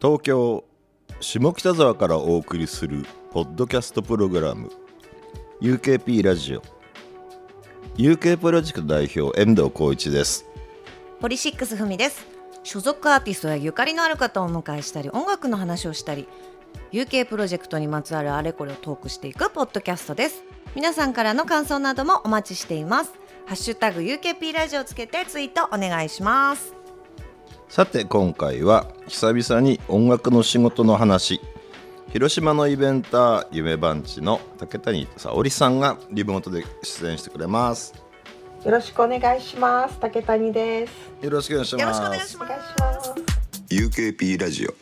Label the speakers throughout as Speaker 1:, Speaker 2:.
Speaker 1: 東京下北沢からお送りするポッドキャストプログラム UKP ラジオ UK プロジェクト代表遠藤浩一です
Speaker 2: ポリシックスふみです所属アーティストやゆかりのある方をお迎えしたり音楽の話をしたり UK プロジェクトにまつわるあれこれをトークしていくポッドキャストです皆さんからの感想などもお待ちしていますハッシュタグ UKP ラジオつけてツイートお願いします
Speaker 1: さて今回は久々に音楽の仕事の話広島のイベンター夢番地の竹谷沙織さんがリモートで出演してくれます
Speaker 3: よろしくお願いします。竹谷です。
Speaker 1: よろしくお願いします
Speaker 2: よろしくお願いし
Speaker 3: お
Speaker 2: ま
Speaker 3: 願い
Speaker 2: す
Speaker 3: します。
Speaker 1: UKP ラジオ、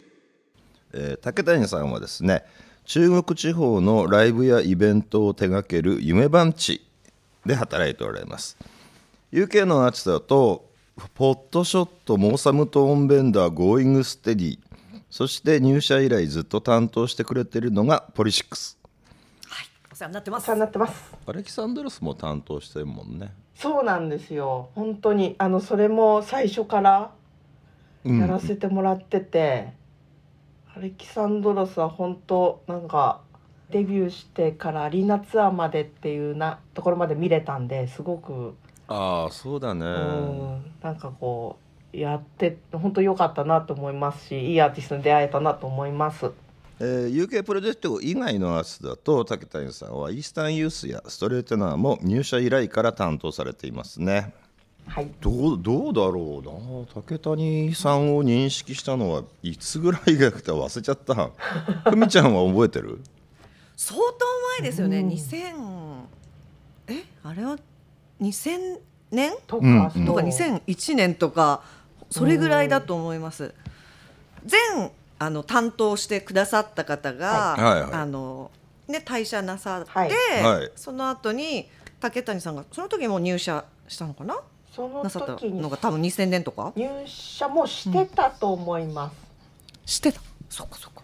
Speaker 1: えー竹谷さんはですね中国地方のライブやイベントを手掛ける夢番地で働いておられます UK のアーティストだとポットショットモーサムトーンベンダーゴーイングステディそして入社以来ずっと担当してくれているのがポリシックス
Speaker 2: はいお世話になってま
Speaker 3: お世話になってます。
Speaker 1: アレキサンドロスも担当してるもんね
Speaker 3: そうなんですよ。本当にあのそれも最初から
Speaker 1: うん
Speaker 3: やらせてもらってて、アレキサンドロスは本当なんかデビューしてからアリーナツアーまでっていうなところまで見れたんですごく、
Speaker 1: ああそうだね
Speaker 3: うんなんかこうやって本当良かったなと思いますし、いいアーティストに出会えたなと思います。
Speaker 1: えー UK プロジェクト以外のアーティストだと竹谷さんはイースタンユースやストレートナーも入社以来から担当されていますね
Speaker 3: はい。
Speaker 1: どうどうだろうな竹谷さんを認識したのはいつぐらいだった忘れちゃった ふみちゃんは覚えてる
Speaker 2: 相当前ですよね、
Speaker 3: うん
Speaker 2: 2000えあれは2000年
Speaker 3: と
Speaker 1: うんうん
Speaker 2: とか
Speaker 3: そう
Speaker 2: 2001年とかそれぐらいだと思います。前あの担当してくださった方が、
Speaker 3: はい
Speaker 1: はいはい
Speaker 2: あのね退社なさって、
Speaker 3: はい
Speaker 1: はい
Speaker 2: その後に竹谷さんがその時もう入社したのかな
Speaker 3: その
Speaker 2: なさった
Speaker 3: 時に
Speaker 2: のが多分2000年とか
Speaker 3: 入社もしてたと思います。
Speaker 2: してたそっかそっか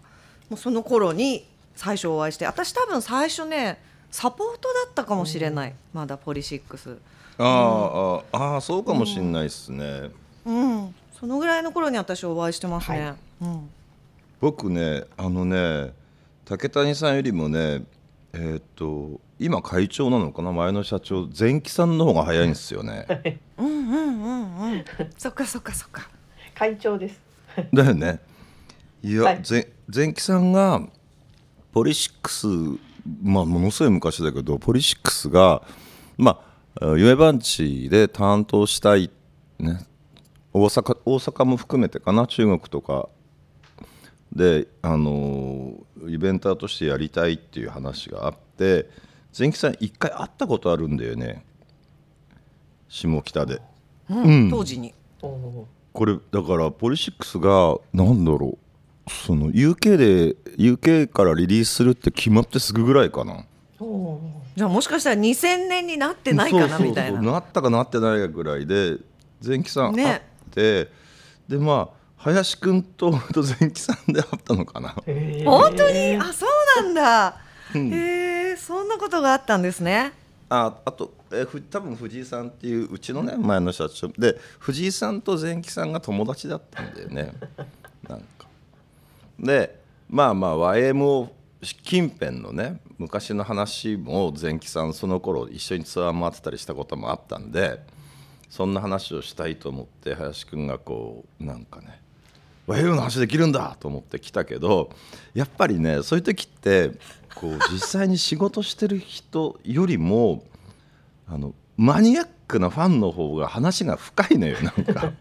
Speaker 2: もうその頃に最初お会いして私多分最初ねサポートだったかもしれない、まだポリシックス。
Speaker 1: あー、あーあーそうかもしんないですね、
Speaker 2: うん、そのぐらいの頃に私お会いしてますね。うん
Speaker 1: 僕ねあのね竹谷さんよりもねえーっと今会長なのかな前の社長前期さんの方が早いんですよね
Speaker 2: うんうんうんうん。そっかそっかそっか。
Speaker 3: 会長です。
Speaker 1: だよねいや、
Speaker 3: はい
Speaker 1: ぜ前期さんがポリシックスまあものすごい昔だけどポリシックスがまあ夢番地で担当したいね大阪大阪も含めてかな中国とかであのイベンターとしてやりたいっていう話があって前期さん一回会ったことあるんだよね下北で。
Speaker 2: うん、当時に。
Speaker 3: おお
Speaker 1: これだからポリシックスがなんだろうその UK で UK からリリースするって決まってすぐぐらいかな
Speaker 3: ー。おお
Speaker 2: じゃあもしかしたら2000年になってないかなみたい
Speaker 1: そうそうそ
Speaker 2: な。
Speaker 1: うなったかなってないかぐらいで前期さん会っ
Speaker 2: ね
Speaker 1: て、でまあ林くんとと前期さんで会ったのかな
Speaker 3: ー。えー
Speaker 2: 本当に、あ、そうなんだ。へえ、そんなことがあったんで すね。
Speaker 1: ああと、えーふ多分藤井さんっていううちのね前の社長で藤井さんと前木さんが友達だったんだよね なんかでまあまあ YMO 近辺のね昔の話も前木さんその頃一緒にツアー回ってたりしたこともあったんでそんな話をしたいと思って林くんがこうなんかね YMO の話できるんだと思って来たけどやっぱりねそういう時ってこう実際に仕事してる人よりもあのマニアックなファンの方が話が深いのよなんか。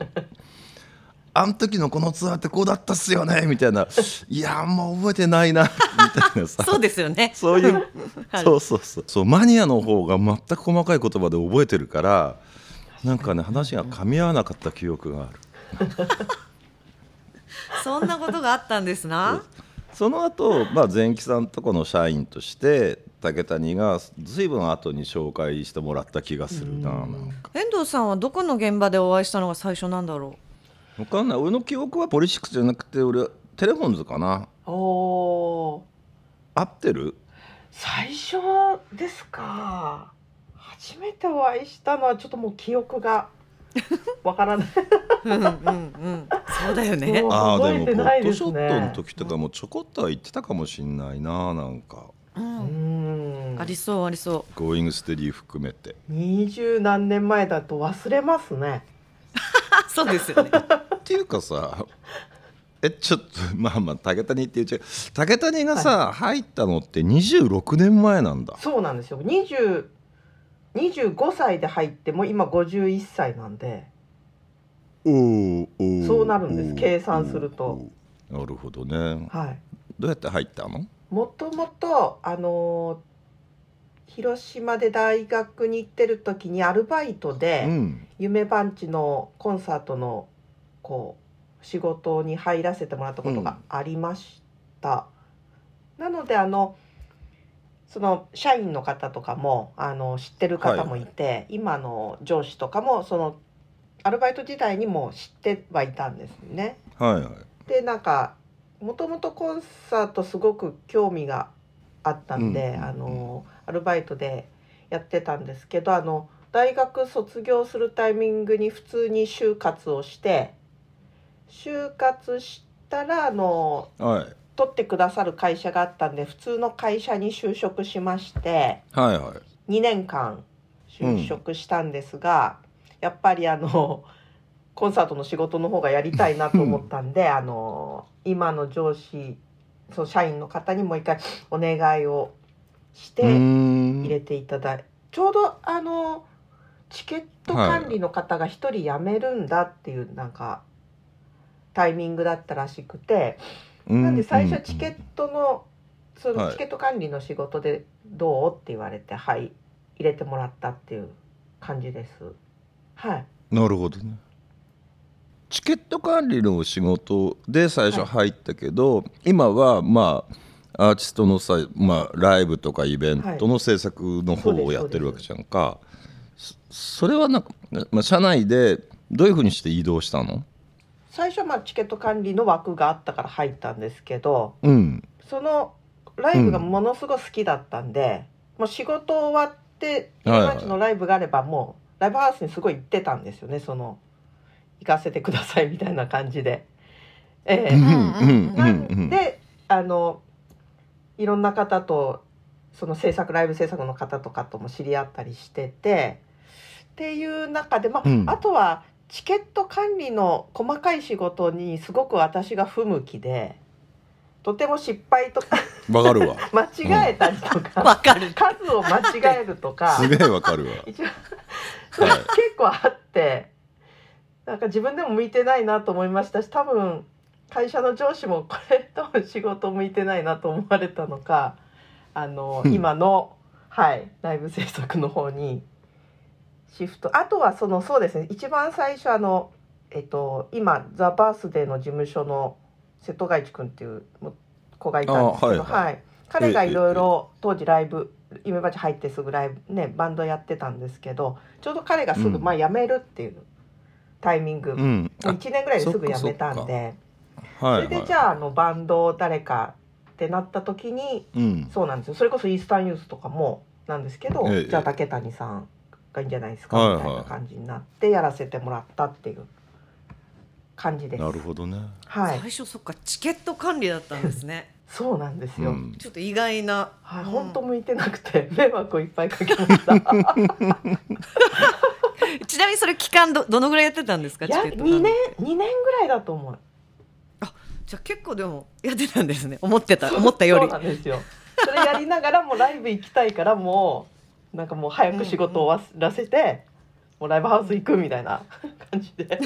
Speaker 1: あん時のこのツアーってこうだったっすよねみたいな「いやあんま覚えてないな」みたいなさ
Speaker 2: そうですよね。
Speaker 1: そういう
Speaker 2: はい
Speaker 1: そうそうそうそうマニアの方が全く細かい言葉で覚えてるからなんかね話が噛み合わなかった記憶がある。
Speaker 2: そんなことがあったんですな。
Speaker 1: その後、まあ前期さんとこの社員として竹谷が随分後に紹介してもらった気がするななんか
Speaker 2: 遠藤さんはどこの現場でお会いしたのが最初なんだろ
Speaker 1: 分かんない俺の記憶はポリシックスじゃなくて俺はテレフォンズかな
Speaker 3: おお。
Speaker 1: 合ってる
Speaker 3: 最初 ですか。初めてお会いしたのはちょっともう記憶がわからない。
Speaker 2: うんうんうんそうだよね
Speaker 3: そう
Speaker 1: ああでも
Speaker 3: 覚え
Speaker 1: ポ
Speaker 3: てな
Speaker 1: ッ
Speaker 3: い
Speaker 1: ト
Speaker 3: で
Speaker 1: シ
Speaker 3: す
Speaker 1: ョ
Speaker 3: ね
Speaker 1: ットの時とかもちょこっとは言ってたかもしんないななんか
Speaker 2: う
Speaker 3: うんん
Speaker 2: ありそうありそ
Speaker 1: 「ゴーイングステディ」含めて
Speaker 3: 二十何年前だと忘れますね。
Speaker 2: うあそうですよね
Speaker 1: っていうかさえちょっと まあまあ竹谷っていうち竹谷がさ、入ったのって26年前なんだ
Speaker 3: そうなんですよ。二十二十五歳で入っても今五十一歳なんで、
Speaker 1: おーおー
Speaker 3: そうなるんです
Speaker 1: おー
Speaker 3: 計算すると
Speaker 1: おーなるほどね
Speaker 3: はい。
Speaker 1: どうやって入ったの
Speaker 3: もともとあのー広島で大学に行ってる時にアルバイトで、
Speaker 1: うん
Speaker 3: 夢バンチのコンサートのこう仕事に入らせてもらったことがありました、なのであのその社員の方とかもあの知ってる方もいて、今の上司とかもそのアルバイト時代にも知ってはいたんですね。
Speaker 1: はいはい
Speaker 3: でなんかもともとコンサートすごく興味があったんで、
Speaker 1: うんうん
Speaker 3: あのアルバイトでやってたんですけどあの大学卒業するタイミングに普通に就活をして就活したらあの
Speaker 1: はい
Speaker 3: 取ってくださる会社があったんで普通の会社に就職しまして
Speaker 1: はいはい
Speaker 3: 2年間就職したんですが、やっぱりあのコンサートの仕事の方がやりたいなと思っ たんであの今の上司そう社員の方にもう一回お願いをして
Speaker 1: うーん
Speaker 3: 入れていただいちょうどあのチケット管理の方が1人辞めるんだっていうなんかタイミングだったらしくてなんで最初チケットのそ
Speaker 1: は
Speaker 3: の
Speaker 1: い
Speaker 3: チケット管理の仕事でどうって言われてはい入れてもらったっていう感じです。はい。
Speaker 1: なるほどねチケット管理の仕事で最初
Speaker 3: はい
Speaker 1: 入ったけど、今はまあアーティストのさ、まあ、ライブとかイベントの制作の方
Speaker 3: そうで
Speaker 1: を
Speaker 3: す
Speaker 1: やってるわけじゃんか、そそれはなんか、まあ、社内でどういうふうにして移動したの
Speaker 3: 最初はまあチケット管理の枠があったから入ったんですけど、
Speaker 1: うん
Speaker 3: そのライブがものすごく好きだったんで、もう仕事終わって
Speaker 1: はいはい
Speaker 3: 山内のライブがあればもうライブハウスにすごい行ってたんですよねその行かせてくださいみたいな感じで。ええ
Speaker 1: うん
Speaker 2: うんうん
Speaker 1: う
Speaker 3: なんんであのいろんな方とその制作ライブ制作の方とかとも知り合ったりしててっていう中で、まあ
Speaker 1: うん
Speaker 3: あとはチケット管理の細かい仕事にすごく私が不向きでとても失敗とか
Speaker 1: うんわか るわ
Speaker 3: 間違えたりと
Speaker 2: わか
Speaker 3: か、
Speaker 2: る
Speaker 3: 数を間違えると か
Speaker 1: すげえわかるわ
Speaker 3: 一 応
Speaker 1: はい
Speaker 3: 結構あってなんか自分でも向いてないなと思いましたし多分会社の上司もこれ多分仕事向いてないなと思われたのかあの
Speaker 1: うん
Speaker 3: 今の、はい、ライブ制作の方にシフトあとはそのそうですね一番最初あの、えっと、今ザ・バースデーの事務所の瀬戸外地君っていう子がいたんですけ
Speaker 1: あ
Speaker 3: ど、
Speaker 1: はいはい
Speaker 3: はい、彼がいろいろ当時ライブ夢バチ入ってすぐライブねバンドやってたんですけどちょうど彼がすぐ、
Speaker 1: うん
Speaker 3: まあ辞めるっていうタイミング、
Speaker 1: う
Speaker 3: もうん
Speaker 1: あ
Speaker 3: 1年ぐらいですぐ辞めたんでそ
Speaker 1: はい
Speaker 3: れで
Speaker 1: は
Speaker 3: じゃああのバンドを誰かってなった時に
Speaker 1: いうん
Speaker 3: そうなんですよそれこそイースタンユースとかもなんですけど、
Speaker 1: ええ
Speaker 3: じゃあ竹谷さんがいいんじゃないです
Speaker 1: はいは
Speaker 3: か
Speaker 1: い
Speaker 3: みたいな感じになってやらせてもらったっていう感じです。
Speaker 1: なるほどね
Speaker 3: は
Speaker 2: 最
Speaker 3: い、
Speaker 2: 初そっかチケット管理だったんですね
Speaker 3: そうなんです
Speaker 1: う
Speaker 3: よ、
Speaker 1: ん
Speaker 2: ちょっと意外な
Speaker 3: はい、
Speaker 2: うん
Speaker 3: 本当向いてなくて 迷惑をいっぱいかけました。
Speaker 2: ちなみにそれ期間どどのぐらいやってたんですか
Speaker 3: い
Speaker 2: チ
Speaker 3: や
Speaker 2: ケット管理
Speaker 3: 2年二年ぐらいだと思う。
Speaker 2: じゃあ結構でもやってたん ですね思ってた思ったよ
Speaker 3: そ
Speaker 2: り
Speaker 3: うなんですよ。それやりながらもライブ行きたいからもうなんかもう早く仕事を終わらせて、もうライブハウス行くみたいな 感じで、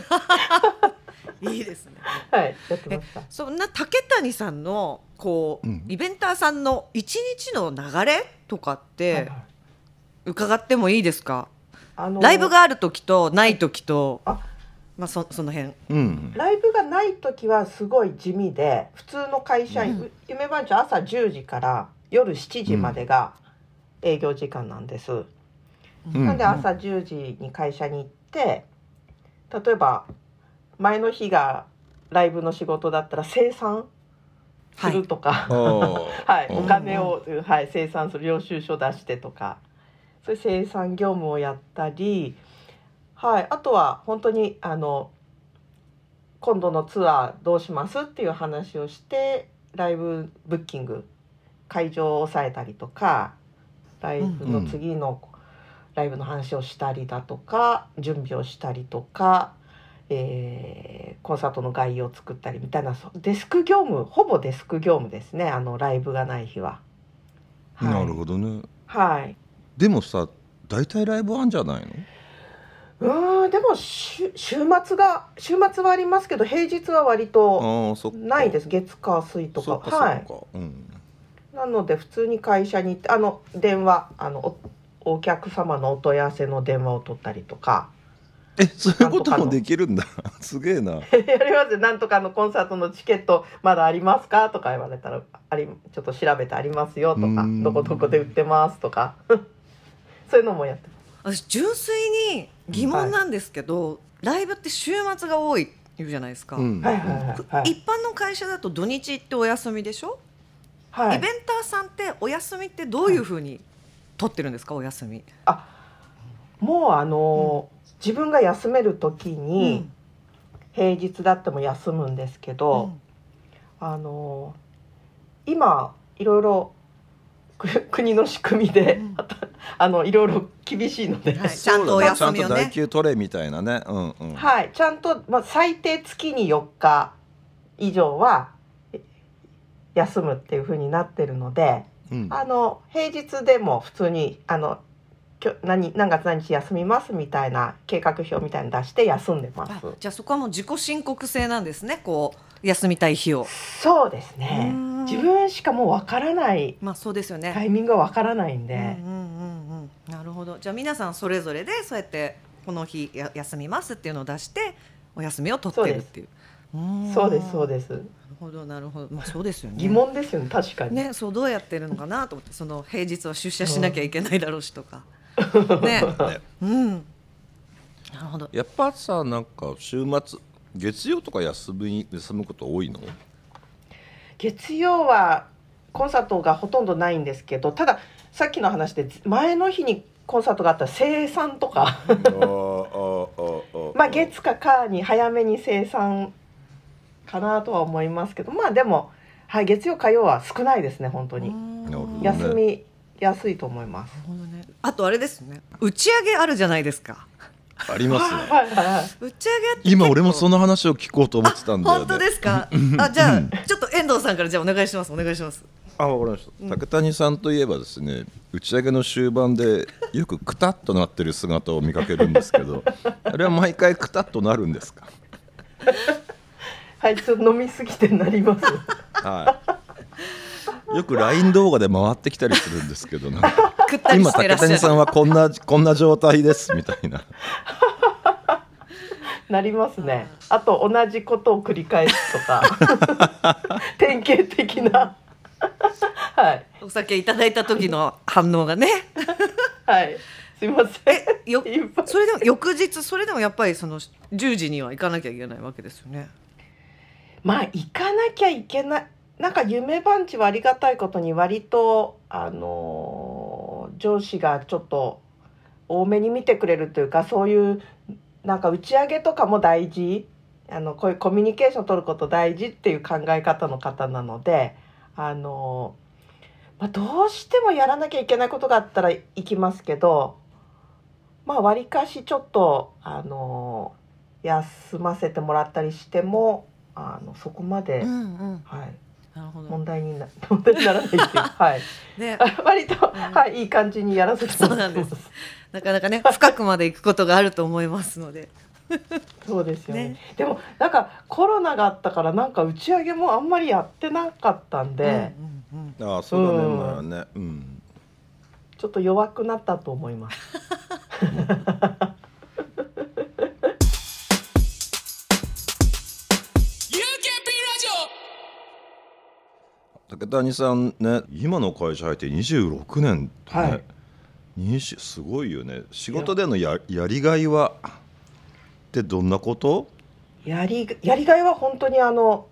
Speaker 2: いいですね
Speaker 3: はいやってました。
Speaker 2: そんな竹谷さんのこう、
Speaker 1: うん
Speaker 2: イベンターさんの一日の流れとかっ
Speaker 3: はい
Speaker 2: て
Speaker 3: はい
Speaker 2: 伺ってもいいですか、
Speaker 3: あの
Speaker 2: ライブがある時とない時と
Speaker 3: あ
Speaker 2: まあそその辺
Speaker 1: うん
Speaker 3: ライブがない時はすごい地味で普通の会社員、
Speaker 2: う
Speaker 3: 夢番長朝10時から夜7時までが営業時間なんです。
Speaker 1: うん
Speaker 3: なんで朝10時に会社に行って例えば前の日がライブの仕事だったら生産するとか、
Speaker 1: ああ
Speaker 3: はい
Speaker 1: うん
Speaker 3: お金を、はい、生産する領収書出してとかそういう生産業務をやったりはい、あとは本当にあの今度のツアーどうしますっていう話をしてライブブッキング会場を抑えたりとかライブの次のライブの話をしたりだとか、準備をしたりとか、えーコンサートの概要を作ったりみたいなそうデスク業務ほぼデスク業務ですねあのライブがない日は。はい、
Speaker 1: なるほどね
Speaker 3: はい
Speaker 1: でもさ大体ライブあんじゃないの
Speaker 3: うーんでも週週末が週末はありますけど平日は割と
Speaker 1: ああそっか
Speaker 3: ないです月火水と
Speaker 1: そ
Speaker 3: か
Speaker 1: っか
Speaker 3: は
Speaker 1: そっ
Speaker 3: い
Speaker 1: か、うん
Speaker 3: なので普通に会社に行ってあの電話あのおお客様のお問い合わせの電話を取ったりとか
Speaker 1: えそういうこと
Speaker 3: なんとか
Speaker 1: も
Speaker 3: の
Speaker 1: できるんだ すげえな
Speaker 3: やりますなんとかのコンサートのチケットまだありますかとか言われたらありちょっと調べてありますよと
Speaker 1: う
Speaker 3: か
Speaker 1: ーん
Speaker 3: どこどこで売ってますとか そういうのもやって
Speaker 2: 私純粋に疑問なんですけど、ライブって週末が多いって言うじゃないですか、
Speaker 1: うん
Speaker 3: ますはいはいはいはい
Speaker 2: 一般の会社だと土日ってお休みでしょ、
Speaker 3: は
Speaker 2: イベン
Speaker 3: い
Speaker 2: ターさんってお休みってどういうふうに取ってるんですかお休み、
Speaker 3: もうあのー自分が休める時
Speaker 2: う
Speaker 3: に、平日だっても休むんですけど、あの今いろいろく 国の仕組みで、
Speaker 2: うん
Speaker 3: あと あのいろいろ厳しいので、
Speaker 2: は
Speaker 3: はい
Speaker 2: い、ちゃんとお
Speaker 1: ちゃ
Speaker 2: 休
Speaker 1: ん
Speaker 2: み
Speaker 1: と
Speaker 2: を
Speaker 1: 代
Speaker 2: ね
Speaker 1: 休取れみたいなねうんうん
Speaker 3: ちゃんと、まあ、最低月に4日以上はえ休むっていうふうになってるので
Speaker 1: うん
Speaker 3: あの平日でも普通にあのきょ何何月何日休みますみたいな計画表みたいに出して休んでま
Speaker 2: あ
Speaker 3: す。
Speaker 2: じゃあそこはもう自己申告制なんですねこう休みたい日を、
Speaker 3: そうです
Speaker 2: うー
Speaker 3: ね
Speaker 2: ん
Speaker 3: 自分しかもうわからない
Speaker 2: まあそうですよね、
Speaker 3: タイミングがわからないんで、
Speaker 2: うんうんうんうん、なるほどじゃあ皆さんそれぞれでそうやってこの日や休みますっていうのを出してお休みを取ってるっていうーん
Speaker 3: そうですそうです
Speaker 2: なるほどなるほど、まあ、そうですよね
Speaker 3: 疑問ですよね確かに、
Speaker 2: ねそうどうやってるのかなと思ってその平日は出社しなきゃいけないだろうしと か、ね
Speaker 1: ね
Speaker 2: うんなるほど
Speaker 1: やっぱさなんか週末月曜とか休み休むこと多いの
Speaker 3: 月曜はコンサートがほとんどないんですけどたださっきの話で前の日にコンサートがあったら生産と かまあ月か火に早めに生産かなとは思いますけどまあでも、はい、月曜火曜は少ないですね本当
Speaker 2: うー
Speaker 3: に
Speaker 2: ん
Speaker 1: なるほど
Speaker 2: なる
Speaker 3: 休みやすいと思います。
Speaker 2: ほどねあとあれですね打ち上げあるじゃないですか
Speaker 1: ありますね
Speaker 3: はいはいはい
Speaker 2: 打ち上げって
Speaker 1: 今俺も
Speaker 2: 結構
Speaker 1: その話を聞こうと思ってたんだよね
Speaker 2: 本当ですか。あ、じゃあ、ちょっと遠藤さんから、じゃあ、お願いします。お願いします。
Speaker 1: あわかりました、竹谷さんといえばですね打ち上げの終盤でよくくたっとなってる姿を見かけるんですけ どあれは毎回くたっとなるんですか
Speaker 3: はい、ちょっと飲みすぎてな ります。
Speaker 1: はいよく LINE 動画で回ってきたりするんですけどなん か
Speaker 2: くったり
Speaker 1: 今
Speaker 2: し
Speaker 1: 竹
Speaker 2: てらっしゃ
Speaker 1: 谷
Speaker 2: る。
Speaker 1: さんはこんなこんな状態ですみたいな
Speaker 3: なりますね。あと同じことを繰り返すとか 典型的なはい
Speaker 2: お酒いただいた時の反応がね。
Speaker 3: はいすいませ
Speaker 2: よ
Speaker 3: んいっぱい
Speaker 2: それでも翌日、それでもやっぱりその10時には行かなきゃいけないわけですよね。
Speaker 3: まあ行かなきゃいけないなんか夢番地はありがたいことに割とあのー上司がちょっと多めに見てくれるというかそういうなんか打ち上げとかも大事あのこういうコミュニケーション取ること大事っていう考え方の方なのであのー、まあ、どうしてもやらなきゃいけないことがあったら行きますけどまあ割かしちょっとあのー休ませてもらったりしてもあのそこまで、
Speaker 2: んうん。
Speaker 3: はい、
Speaker 2: なるほど。
Speaker 3: 問題にな 問題になら ないっていうはい
Speaker 2: ね、
Speaker 3: あ割と、
Speaker 2: ん
Speaker 3: はいいい感じにやらせてもらってます
Speaker 2: そうなかなかね、深くまで行くことがあると思いますので。
Speaker 3: そうですよね
Speaker 2: ね
Speaker 3: でもなんかコロナがあったからなんか打ち上げもあんまりやってなかったんで、
Speaker 2: うんうんうん
Speaker 1: ああそうだね、
Speaker 3: うん
Speaker 1: まあねうん
Speaker 3: ちょっと弱くなったと思います
Speaker 1: 竹谷さんね今の会社入って26年ってね、
Speaker 3: はい
Speaker 1: 20すごいよね仕事でのややりがいはってどんなこと
Speaker 3: やりやりがいは本当にあの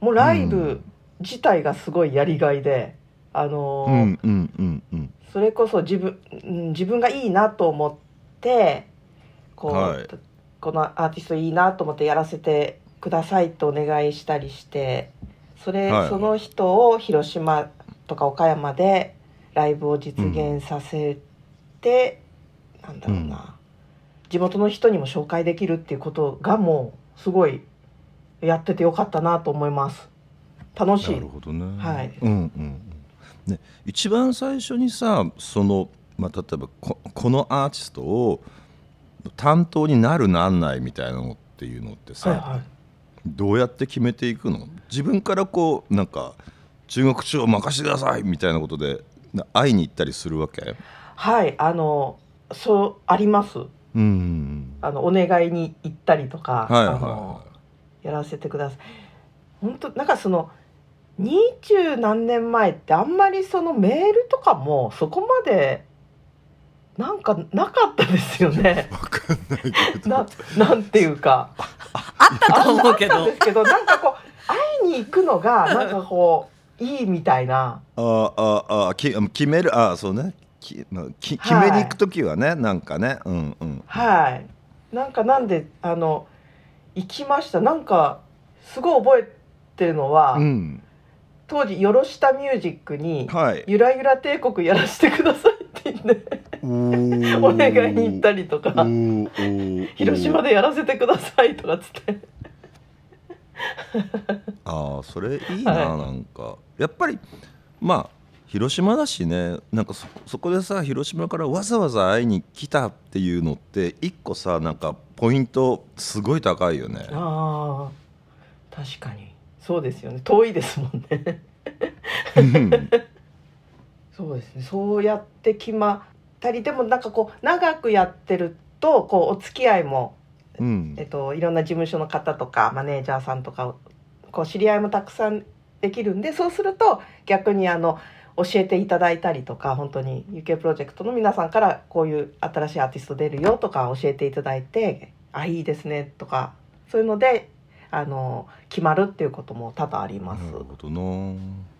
Speaker 3: もうライ
Speaker 1: う
Speaker 3: ブ
Speaker 1: ん
Speaker 3: 自体がすごいやりがいで、あの
Speaker 1: う
Speaker 3: ー
Speaker 1: んうんうんうん
Speaker 3: それこそ自分うん自分がいいなと思ってこう、
Speaker 1: はい
Speaker 3: このアーティストいいなと思ってやらせてくださいとお願いしたりしてそれ、
Speaker 1: はい
Speaker 3: その人を広島とか岡山でライブを実現させて、なんだろうな、地元の人にも紹介できるっていうことがもうすごいやっててよかったなと思います。楽し
Speaker 1: ないる。ほどね、
Speaker 3: はい
Speaker 1: うんうんうんね、一番最初にさその、まあ、例えばここのアーティストを担当になるなんないみたいなのっていうのってさ、
Speaker 3: はいはい
Speaker 1: どうやって決めていくの自分からこうなんか中国地方任せてくださいみたいなことでな会いに行ったりするわけ
Speaker 3: はい、あの、そう、あります。
Speaker 1: うん
Speaker 3: あの、お願いに行ったりと
Speaker 1: は
Speaker 3: か、
Speaker 1: いはい
Speaker 3: あの
Speaker 1: は
Speaker 3: やらせてください。本当、なんか、その。二十何年前って、あんまり、そのメールとかも、そこまで。なんか、なかったですよね
Speaker 1: い。わかんないけど
Speaker 3: な、なんていうか。
Speaker 2: あったと思うけ
Speaker 3: なん
Speaker 2: ど
Speaker 3: ですけど、なんか、こう、会いに行くのが、なんか、こう、いいみたいな。
Speaker 1: あああき決めるあそうねき、まあ、き決めに行く時はね、なんかねうんうん
Speaker 3: はい。なんかなんであの行きました。なんかすごい覚えてるのは、
Speaker 1: うん
Speaker 3: 当時よろしたミュージックに
Speaker 1: はい
Speaker 3: ゆらゆら帝国やらせてくださいって言って お
Speaker 1: お
Speaker 3: 願いに行った
Speaker 1: り
Speaker 3: りとか、広島でやらせてくださいとかっつって。
Speaker 1: ああそれいいな、
Speaker 3: はい
Speaker 1: なんかやっぱりまあ広島だしねなんかそそこでさ広島からわざわざ会いに来たっていうのって一個さなんかポイントすごい高いよね。
Speaker 3: ああ、確かに。そうですよね。遠いですもんね。
Speaker 1: うん
Speaker 3: そうですね。そうやって決まったりでもなんかこう長くやってるとこうお付き合いも
Speaker 1: うん
Speaker 3: えっと、いろんな事務所の方とかマネージャーさんとかをこう知り合いもたくさんできるんでそうすると逆にあの教えていただいたりとか本当に UK プロジェクトの皆さんからこういう新しいアーティスト出るよとか教えていただいてあいいですねとかそういうのであの決まるっていうことも多々あり
Speaker 1: な
Speaker 3: ます
Speaker 1: るほどな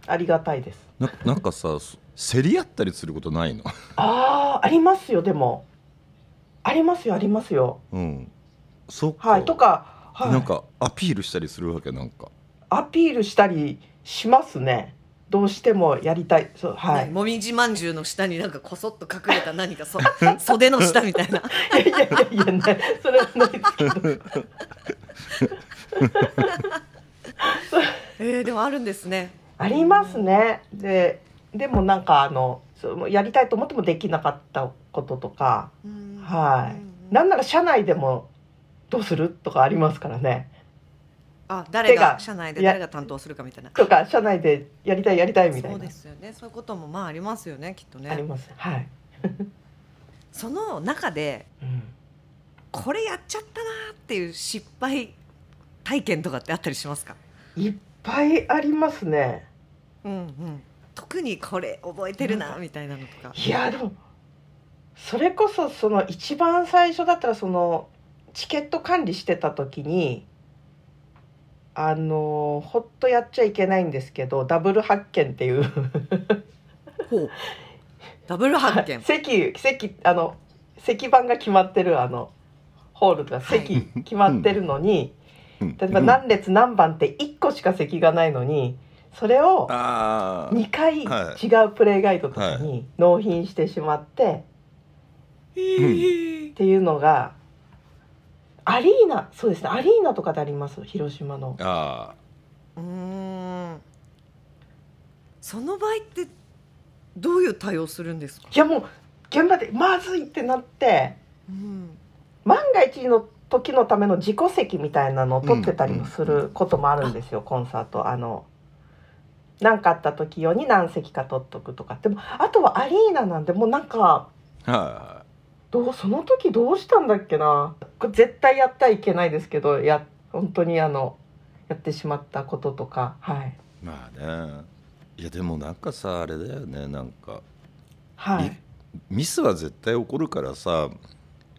Speaker 3: ありがたいです
Speaker 1: ななんかさそ競り合ったりすることないの、
Speaker 3: あーありますよでもありますよありますよ
Speaker 1: うん、そっか,、
Speaker 3: はいとか、はい、
Speaker 1: なんかアピールしたりするわけなんか
Speaker 3: アピールしたりしますねどうしてもやりたいそうは
Speaker 2: ね
Speaker 3: い
Speaker 2: もみじまんじゅうの下になんかこそっと隠れた何かそ袖の下みたい ない
Speaker 3: やいやいやいやねそれはないですけど
Speaker 2: えー、でもあるんですね
Speaker 3: ありますねででもなんかあのそうやりたいと思ってもできなかったこととかは
Speaker 2: うん
Speaker 3: いなんなら社内でもどうするとかありますからね
Speaker 2: あ誰
Speaker 3: 手
Speaker 2: が
Speaker 3: が
Speaker 2: 社内で誰が担当するかみたいな
Speaker 3: とか社内でやりたいやりたいみた
Speaker 2: そ
Speaker 3: いうな
Speaker 2: ですよねそういうこともまあありますよねきっと
Speaker 3: あ
Speaker 2: ね
Speaker 3: りますはい、
Speaker 2: その中で
Speaker 3: うん
Speaker 2: これやっちゃったなーっていう失敗体験とかってあったりしますか
Speaker 3: いっぱいありますね
Speaker 2: うんうん特にこれ覚えてるなみたいなの とか
Speaker 3: いやでもそれこそその一番最初だったらそのチケット管理してた時にあのほっとやっちゃいけないんですけどダブル発見っていう
Speaker 2: ほうダブル発見
Speaker 3: 席席あの席番が決まってるあのホールとか
Speaker 2: はい
Speaker 3: 席決まってるのに、
Speaker 1: うん
Speaker 3: 例えば
Speaker 1: うん
Speaker 3: 何列何番って1個しか席がないのにそれを
Speaker 1: あー
Speaker 3: 2回
Speaker 1: はい
Speaker 3: 違うプレイガイドとかに納品してしまって。っていうのがアリーナそうですねアリーナとかであります広島の
Speaker 1: あ
Speaker 2: うーんその場合ってどういう対応するんですか、
Speaker 3: いやもう現場でまずいってなって
Speaker 2: うん、
Speaker 3: 万が一の時のための自己席みたいなのを取ってたりもすることもあるんですよ、コンサートあの何かあった時用に何席か取っとくとかでもあとはアリーナなんでもうなんか
Speaker 1: ーは
Speaker 3: どうその時どうしたんだっけなこれ絶対やってはいけないですけどや本当にあのやってしまったこととかはい
Speaker 1: いまあねいやでもなんかさあれだよねなんか
Speaker 3: はい。
Speaker 1: ミスは絶対起こるからさ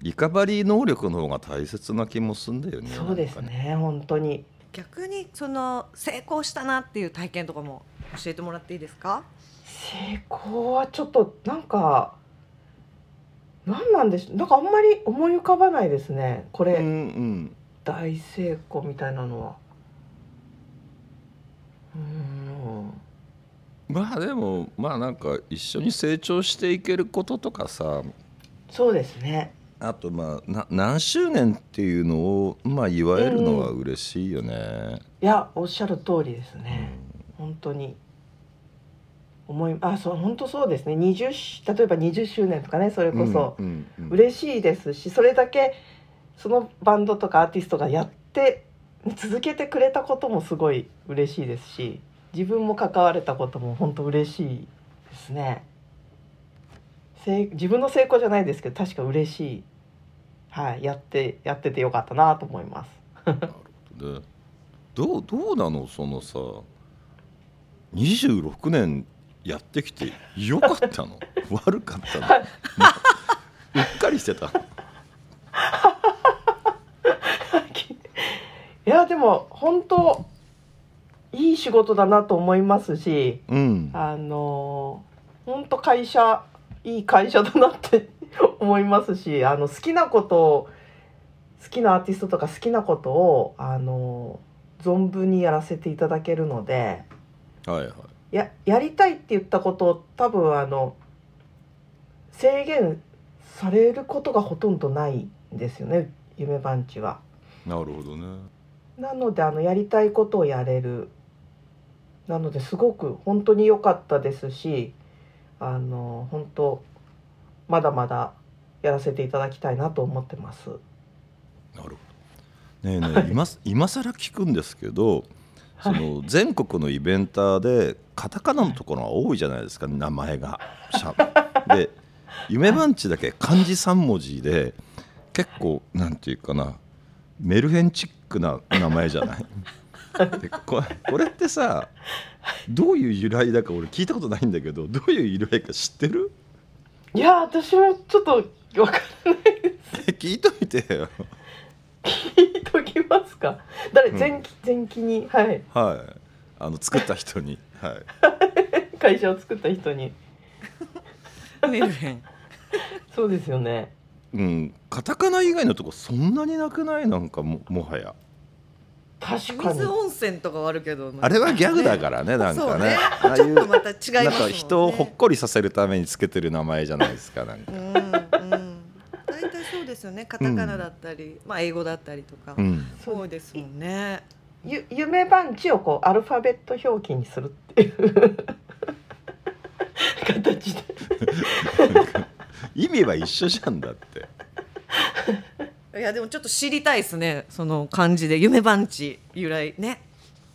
Speaker 1: リカバリー能力の方が大切な気もすんだよね
Speaker 3: そうですね本当に
Speaker 2: 逆にその成功したなっていう体験とかも教えてもらっていいですか
Speaker 3: 成功はちょっとなんか何なんでしょうなんかあんまり思い浮かばないですねこれ、
Speaker 1: うんうん
Speaker 3: 大成功みたいなのはうーん
Speaker 1: まあでもまあなんか一緒に成長していけることとかさ
Speaker 3: そうですね
Speaker 1: あとまあな何周年っていうのをまあ言われるのは嬉しいよね、
Speaker 3: いやおっしゃる通りですね、本当に思いあそう本当そうですね20し例えば20周年とかねそれこそ、
Speaker 1: うんうんうん
Speaker 3: 嬉しいですしそれだけそのバンドとかアーティストがやって続けてくれたこともすごい嬉しいですし自分も関われたことも本当嬉しいですねせい自分の成功じゃないですけど確か嬉しい、はい、やってやっててよかったなと思います
Speaker 1: でどうどうなのそのさ26年やってきてよかった の悪かったのうっかりしてた
Speaker 3: いやでも本当いい仕事だなと思いますし
Speaker 1: うん
Speaker 3: あのー本当会社いい会社だなって 思いますしあの好きなことを好きなアーティストとか好きなことをあのー存分にやらせていただけるので
Speaker 1: はいはい
Speaker 3: ややりたいって言ったことを多分あの制限されることがほとんどないんですよね夢番地は。
Speaker 1: なるほどね
Speaker 3: なのであのやりたいことをやれるなのですごく本当に良かったですしあの本当まだまだやらせていただきたいなと思ってます。
Speaker 1: なるほどねえねえ今す今更聞くんですけどその全国のイベンターでカタカナのところが多いじゃないですか名前が。しゃで夢番地だけ漢字3文字で結構なんていうかなメルヘンチックな名前じゃないでここれってさどういう由来だか俺聞いたことないんだけどどういう由来か知ってる
Speaker 3: いやー私もちょっと分かんない
Speaker 1: 聞いといてよ。
Speaker 3: 聞いときますか誰
Speaker 1: うん
Speaker 3: 前期前期にはい
Speaker 1: はいあの作った人に、はい、
Speaker 3: 会社を作った人に
Speaker 2: メルヘン
Speaker 3: そうですよね
Speaker 1: うん、カタカナ以外のとこそんなになくないなんかももはや
Speaker 3: 確かに
Speaker 2: 水温泉とかはあるけど
Speaker 1: あれはギャグだかららねなんかね
Speaker 2: ね
Speaker 1: ああいう
Speaker 2: また違いますもんね
Speaker 1: なんか人をほっこりさせるためにつけてる名前じゃないですかなんか
Speaker 2: う、んうん大体そうですよねカタカナだったり、まあ英語だったりとか、
Speaker 1: うん、
Speaker 2: そうですもんね
Speaker 3: ゆ夢番地をこうアルファベット表記にするっていう形で
Speaker 1: 意味は一緒じゃんだって
Speaker 2: いやでもちょっと知りたいですねその感じで夢番地由来ね、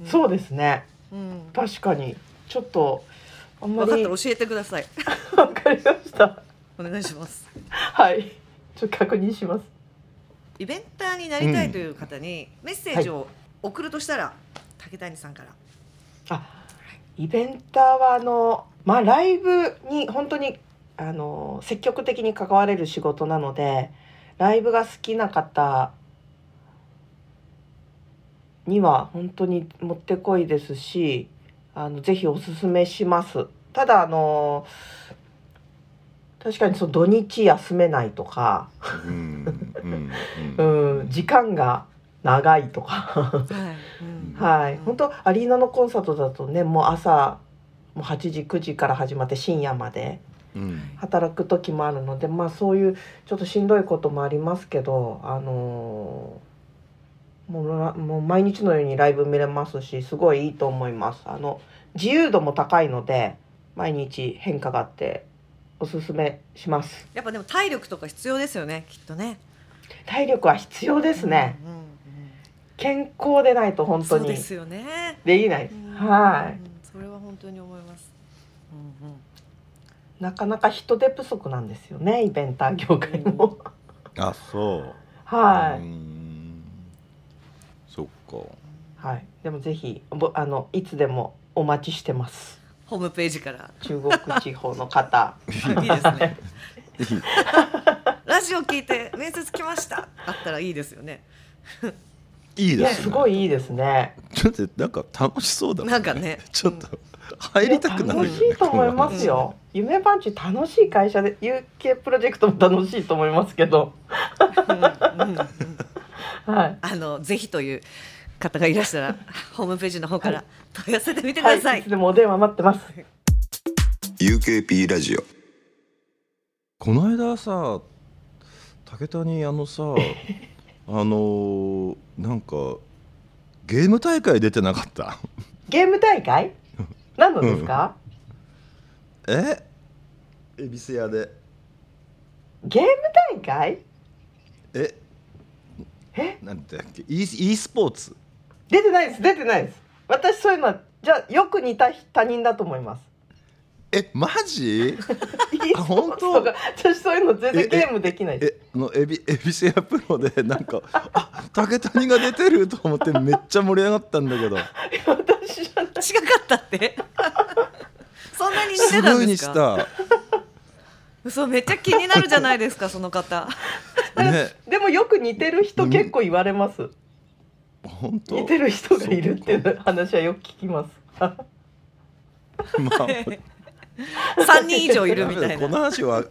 Speaker 2: うん
Speaker 3: そうですね
Speaker 2: うん、
Speaker 3: 確かにちょっとあんま
Speaker 2: 分
Speaker 3: り
Speaker 2: かったら教えてください
Speaker 3: わかりました
Speaker 2: お願いします
Speaker 3: はいちょっと確認します
Speaker 2: イベンターになりたいという方にメッセージを送るとしたら、竹谷さんから
Speaker 3: あイベンターはあのまあライブに本当にあの積極的に関われる仕事なのでライブが好きな方には本当にもってこいですしあのぜひおすすめしますただあの確かにその土日休めないとか
Speaker 1: うんうんう
Speaker 3: うんん時間が長い とか
Speaker 2: はい、
Speaker 1: ん
Speaker 3: はい本当アリーナのコンサートだとねもう朝もう8時9時から始まって深夜まで
Speaker 1: うん
Speaker 3: 働く時もあるのでまあそういうちょっとしんどいこともありますけどあのーもうらもう毎日のようにライブ見れますしすごいいいと思いますあの自由度も高いので毎日変化があっておすすめします
Speaker 2: やっぱでも体力とか必要ですよねきっとね
Speaker 3: 体力は必要ですね、
Speaker 2: うんうんうん
Speaker 3: 健康でないと本当
Speaker 2: そう
Speaker 3: に
Speaker 2: ですよね
Speaker 3: できない
Speaker 2: うんう
Speaker 3: は
Speaker 2: んそれは本当に思います、うんうん
Speaker 3: いなかなか人手不足なんですよねイベンター業界も
Speaker 1: あそう
Speaker 3: は
Speaker 1: う
Speaker 3: い、
Speaker 1: んそっか
Speaker 3: はい、でもぜひぼあのいつでもお待ちしてます
Speaker 2: ホームページから
Speaker 3: 中国地方 の方
Speaker 2: いいですね ラジオ聞いて面接来ましたあったらいいですよね
Speaker 1: いい
Speaker 3: い
Speaker 1: で
Speaker 3: や
Speaker 1: す
Speaker 3: す
Speaker 1: ね
Speaker 3: ごいいいですね
Speaker 1: ちょっとなんか楽しそうだも
Speaker 2: なんかね
Speaker 1: ちょっと入りたくなるよね
Speaker 3: 楽しいと思いますよ。夢番地楽しい会社で UK プロジェクトも楽しいと思いますけど、
Speaker 2: うんうん
Speaker 3: は
Speaker 2: あ
Speaker 3: い。
Speaker 2: のぜひという方がいらしたらホームページの方から問い合わせてみてくださ。
Speaker 3: はいい、いつでもお電話待ってます。
Speaker 1: UKP ラジオこの間さ武田にあの さあのーなんかゲーム大会出てなかった
Speaker 3: ゲーム大会？何のですか？
Speaker 1: え恵比寿屋で
Speaker 3: ゲーム大会？
Speaker 1: え
Speaker 3: え
Speaker 1: なんだっけ e, e スポーツ
Speaker 3: 出てないです出てないです。私そういうのはじゃあよく似た他人だと思います。
Speaker 1: えマジ
Speaker 3: いい
Speaker 1: あ本当
Speaker 3: そうか私そういうの全然ゲームできないです。
Speaker 1: えあのエビエビシェアプロでなんかあ竹谷が出てると思ってめっちゃ盛り上がったんだけど
Speaker 3: 私じゃない。
Speaker 2: 近かったって。 そんなに似て
Speaker 1: す
Speaker 2: た
Speaker 1: ご
Speaker 2: ん
Speaker 1: い
Speaker 2: で
Speaker 1: に
Speaker 2: す
Speaker 1: し
Speaker 2: か。
Speaker 1: た
Speaker 2: 嘘めっちゃ気になるじゃないですかその方。
Speaker 1: ね
Speaker 3: でもよく似てる人結構言われます。
Speaker 1: 本当
Speaker 3: 似てる人がいるっていう話はよく聞きます。
Speaker 1: ま あ
Speaker 2: 三人以上いるみたい
Speaker 1: この
Speaker 2: な。
Speaker 1: 話は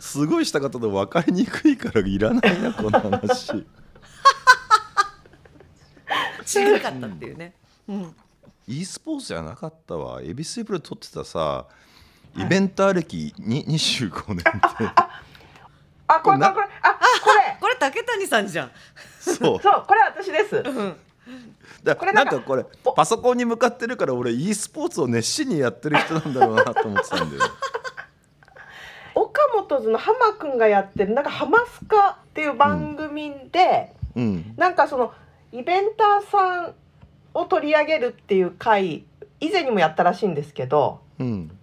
Speaker 1: すごいした方で分かりにくいからいらないなこの話
Speaker 2: 近かったっていうね。うん。
Speaker 1: e スポーツじゃなかったわエビスイプロで撮ってたさイベンター歴に25年って
Speaker 3: あこれこれこれあこれ
Speaker 2: これ竹谷さんじゃん。
Speaker 1: そう
Speaker 3: そうこれ私です。
Speaker 2: うん。
Speaker 1: だ
Speaker 3: これ
Speaker 1: な
Speaker 3: なん
Speaker 1: か
Speaker 3: んか
Speaker 1: これ
Speaker 3: お
Speaker 1: パソコンに向かってるから俺 e スポーツを熱心にやってる人なんだろうなと思ってたんだよね
Speaker 3: 岡本図の浜くんがやってるなんかハマスカっていう番組で、
Speaker 1: うん
Speaker 3: なんかそのイベンターさんを取り上げるっていう回以前にもやったらしいんですけど
Speaker 1: うん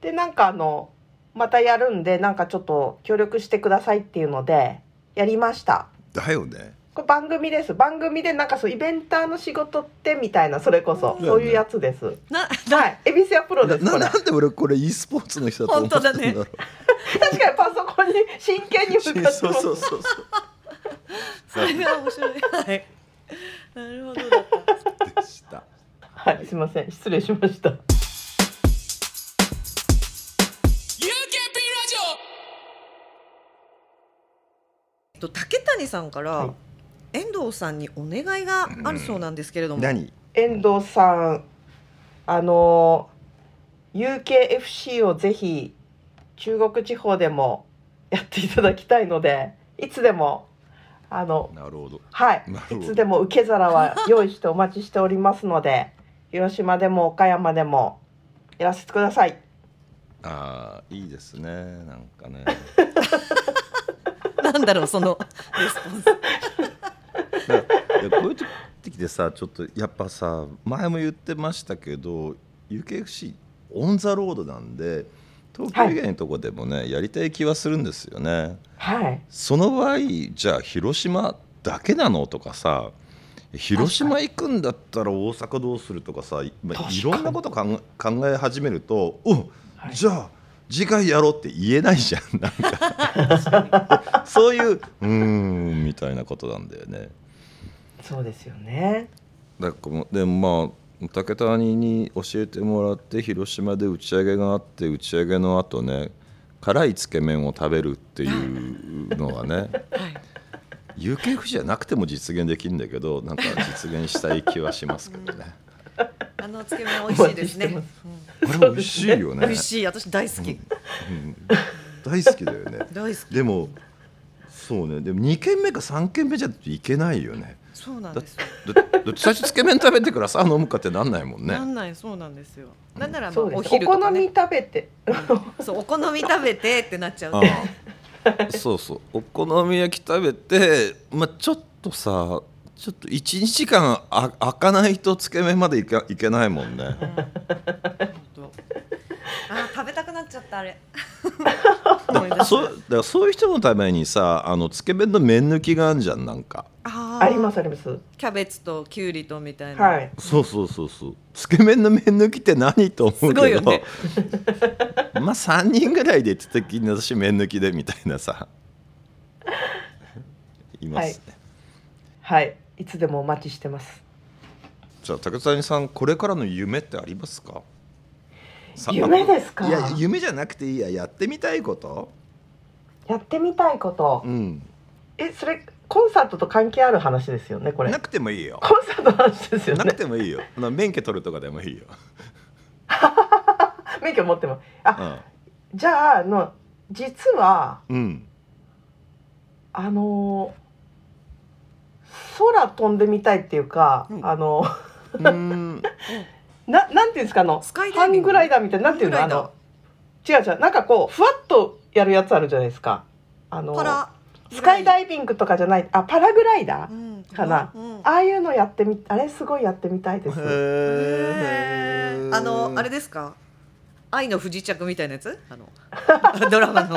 Speaker 3: でなんかあのまたやるんでなんかちょっと協力してくださいっていうのでやりました
Speaker 1: だよね
Speaker 3: これ番組です番組でなんかそうイベンターの仕事ってみたいなそれこそ
Speaker 1: うん
Speaker 3: そういうやつです、
Speaker 2: な
Speaker 3: はい恵比寿屋プロ
Speaker 1: な
Speaker 3: です
Speaker 1: な
Speaker 3: これ
Speaker 1: な
Speaker 3: 確
Speaker 1: んで俺これ e スポーツの人だと思ってたんだろう
Speaker 2: 本
Speaker 3: かにパソコンに真剣に向かってます
Speaker 1: そうそうそうそう
Speaker 2: それが面白い。はい。なるほどだった。
Speaker 1: でした
Speaker 3: はいすいません失礼しました
Speaker 4: UKP ラ
Speaker 2: えっと竹谷さんから、
Speaker 3: はい
Speaker 2: 遠藤さんにお願いがあるそうなんですけれども、
Speaker 1: 何
Speaker 3: 遠藤さんあの UKFC をぜひ中国地方でもやっていただきたいのでいつでもあの
Speaker 1: なるほど
Speaker 3: はい
Speaker 1: なるほ
Speaker 3: い
Speaker 1: ど
Speaker 3: つでも受け皿は用意してお待ちしておりますの で広島でも岡山でもやらせてください
Speaker 1: ああいいですねなんかね
Speaker 2: なんだろうそのレスポンス。
Speaker 1: だからいやこういう時でさちょっとやっぱさ前も言ってましたけど UKFC オン・ザ・ロードなんで東京以外のとこでもね、やりたい気はするんですよね
Speaker 3: はい
Speaker 1: その場合じゃあ広島だけなのとかさ広島行くんだったら大阪どうするとかさ、ま
Speaker 3: 確
Speaker 1: あ、
Speaker 3: かに
Speaker 1: いろんなこと考え考え始めると「お
Speaker 3: はい
Speaker 1: じゃあ次回やろう」って言えないじゃんなんか。そういううーんみたいなことなんだよね。
Speaker 3: そうですよね
Speaker 1: だからこうでまあ竹谷に教えてもらって広島で打ち上げがあって打ち上げの後ね辛いつけ麺を食べるっていうのはね
Speaker 2: はい。
Speaker 1: UKF じゃなくても実現できるんだけどなんか実現したい気はしますけど ね。
Speaker 2: あのつけ麺美味しいですね。
Speaker 3: お 待ちし
Speaker 1: あれ美味し
Speaker 3: てま
Speaker 1: いよ
Speaker 2: うん
Speaker 1: ね。
Speaker 2: 美味しい。私大好き。
Speaker 1: 大好きだよね。
Speaker 2: 大好き。
Speaker 1: でもそうねでも2軒目か3軒目じゃいけないよね。
Speaker 2: そうなん
Speaker 1: だ
Speaker 2: ですよ。
Speaker 1: だだって最初つけ麺食べてからさ飲むかってなんないもんね
Speaker 2: な。んないそうなんですよ。なんならまあ
Speaker 3: そうで
Speaker 2: お
Speaker 3: すお
Speaker 2: 昼と
Speaker 3: 好
Speaker 2: か
Speaker 3: み
Speaker 2: ね。
Speaker 3: 食べて
Speaker 2: そうお好み食べてってなっちゃう。
Speaker 1: ああそうそうお好み焼き食べて、まあ、ちょっとさちょっと12時間あ開かないとつけ麺までいかいけないもんね
Speaker 2: うん本当あー食べたくなっちゃったあ れ。思い
Speaker 1: だ
Speaker 2: 出した
Speaker 1: そうだからそういう人のためにさあのつけ麺の麺抜きがあるじゃんなんか
Speaker 2: あー
Speaker 3: ありますあります
Speaker 2: キャベツときゅうりとみたいな。
Speaker 3: はい
Speaker 1: そうそうそうそうつけ麺の麺抜きって何と思うけど
Speaker 2: すごいよね
Speaker 1: まあ3人ぐらいで行った時に私麺抜きでみたいなさいますね、
Speaker 3: はいいつでもお待ちしてます
Speaker 1: じゃあ竹谷さんこれからの夢ってありますかさ
Speaker 3: 夢ですか
Speaker 1: いや夢じゃなくていいややってみたいこと
Speaker 3: やってみたいこと、
Speaker 1: うん
Speaker 3: えそれコンサートと関係ある話ですよねこれ
Speaker 1: なくてもいいよ
Speaker 3: コンサートの話ですよ
Speaker 1: なく
Speaker 3: ね
Speaker 1: てもいいよあの免許取るとかでもいいよ、
Speaker 3: 免許持ってますあじゃああの実は
Speaker 1: うん、うん
Speaker 3: あのー空飛んでみたいっていうか、
Speaker 2: うん
Speaker 3: あの
Speaker 1: うー ん
Speaker 3: ななんていうんですかあの
Speaker 2: スカイダ
Speaker 3: ハ
Speaker 2: イビン
Speaker 3: ン
Speaker 2: グ
Speaker 3: グライダーみたいななんていうの
Speaker 2: ハ
Speaker 3: あ
Speaker 2: ングライ
Speaker 3: の違う違うなんかこうふわっとやるやつあるじゃないですかあの
Speaker 2: パラ
Speaker 3: スカイダ
Speaker 2: イ
Speaker 3: イビングとかじゃないあパラグライダー、かな
Speaker 2: うん
Speaker 3: ああいうのやってみあれすごいやってみたいです、
Speaker 2: へ
Speaker 1: へ
Speaker 2: ー
Speaker 1: ー
Speaker 2: あのあれですか愛の不時着みたいなやつあの ドラマの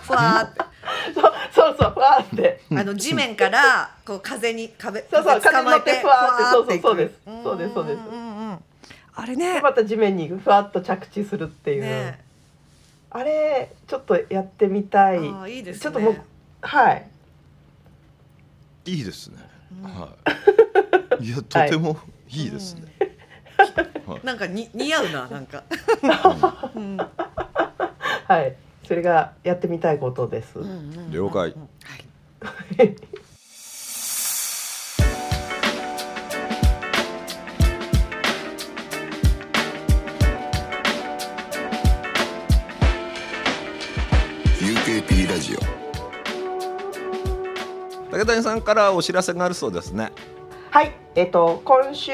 Speaker 2: ふわーって
Speaker 3: そうそうそうふわーって
Speaker 2: あの地面からこう風に壁
Speaker 3: そうそ
Speaker 2: 風
Speaker 3: う
Speaker 2: 捕まえて
Speaker 3: 風に乗ってふわーって
Speaker 2: ふわーって
Speaker 3: そう
Speaker 2: いく
Speaker 3: そうそうですそうですそうです
Speaker 2: んうんうんうんあれ
Speaker 3: で
Speaker 2: ね
Speaker 3: また地面にふわっと着地するっていう、
Speaker 2: ね
Speaker 3: あれちょっとやってみた
Speaker 2: あ
Speaker 3: い
Speaker 2: ーいいですね
Speaker 3: ちょっともうはい
Speaker 1: いいですね、
Speaker 2: うん
Speaker 1: はい、いやとてもいいですね、
Speaker 2: なんかに似合うななんか、うん
Speaker 3: はいそれがやってみたいことです、
Speaker 2: うんうんうんう ん
Speaker 1: 了解
Speaker 2: はい
Speaker 1: うん UKP ラジオ武谷さんからお知らせがあるそうですね
Speaker 3: はい、えっ、と今週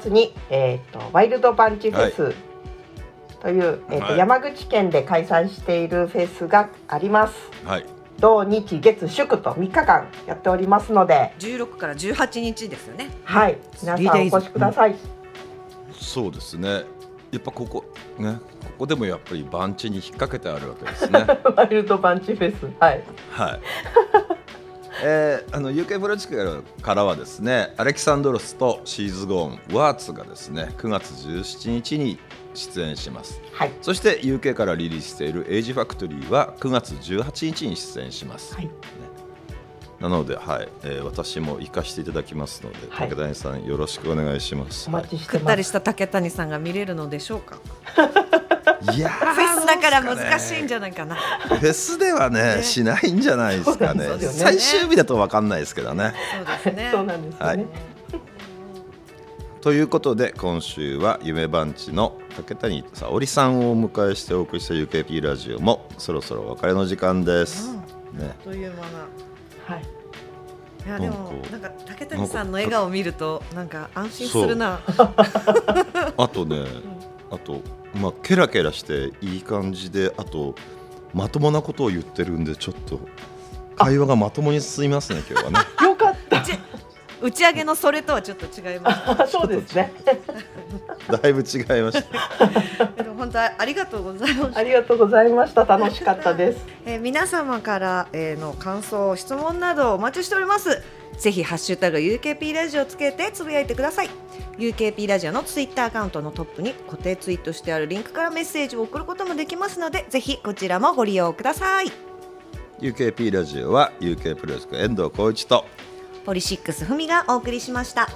Speaker 3: 末にえっ、とワイルドバンチフェス、というえっ、と、
Speaker 1: はい
Speaker 3: 山口県で開催しているフェスがあります。
Speaker 1: はい
Speaker 3: 土日月祝と3日間やっておりますので、
Speaker 2: 16から18日ですよね
Speaker 3: はい、皆さんお越しください。
Speaker 1: そうですねやっぱここねここでもやっぱり番地に引っ掛けてあるわけです ね
Speaker 3: ワイルドバンチフェス、はい、
Speaker 1: はいえー、あの UK プロジェクトからはですねアレキサンドロスとシーズゴーンワーツがですね9月17日に出演します
Speaker 3: はい、
Speaker 1: そして UK からリリースしている「エイジファクトリー」は9月18日に出演します、
Speaker 3: はい、
Speaker 1: なので、はいえー私も行かせていただきますので、
Speaker 3: はい
Speaker 1: 武谷さんよろしくお願いします
Speaker 3: お待ちし
Speaker 2: くっ
Speaker 3: てま
Speaker 2: たり
Speaker 3: す。
Speaker 2: した竹谷さんが見れるのでしょうか
Speaker 1: いや
Speaker 2: フェスだから難しいん
Speaker 1: じ
Speaker 2: じゃないかな
Speaker 1: ゃフェスではね
Speaker 2: ね
Speaker 1: しないんじゃないですかね
Speaker 3: そうなんですよ
Speaker 1: 最
Speaker 2: ね
Speaker 1: 終日だと分かんないですけどね
Speaker 2: そうですね
Speaker 3: そうなんですよね。
Speaker 1: ということで今週は夢番地の竹谷沙織さんをお迎えしてお送りした UKP ラジオもそろそろお別れの時間です、ね
Speaker 2: という間な
Speaker 3: はい、
Speaker 2: いやでも
Speaker 1: なんか
Speaker 2: なんか竹谷さんの笑顔を見るとなんか安心するな
Speaker 1: あとね、あと、まあ、ケラケラしていい感じで、あと、まともなことを言ってるんで、ちょっと。会話がまともに進みますね、今日はね。
Speaker 3: よかった。
Speaker 2: 打ち上げのそれとはちょっと違います
Speaker 3: そうですね。
Speaker 1: だいぶ違いました。
Speaker 2: けど本当ありがとうございます
Speaker 3: ありがとうございました。楽しかったです。
Speaker 2: えー皆様から、えーの感想質問などお待ちしておりますぜひハッシュタグ UKP ラジオつけてつぶやいてください UKP ラジオのツイッターアカウントのトップに固定ツイートしてあるリンクからメッセージを送ることもできますのでぜひこちらもご利用ください
Speaker 1: U. K. P. ラジオは U. K. プロジェクト遠藤浩一と。
Speaker 2: ポリシックスふみがお送りしました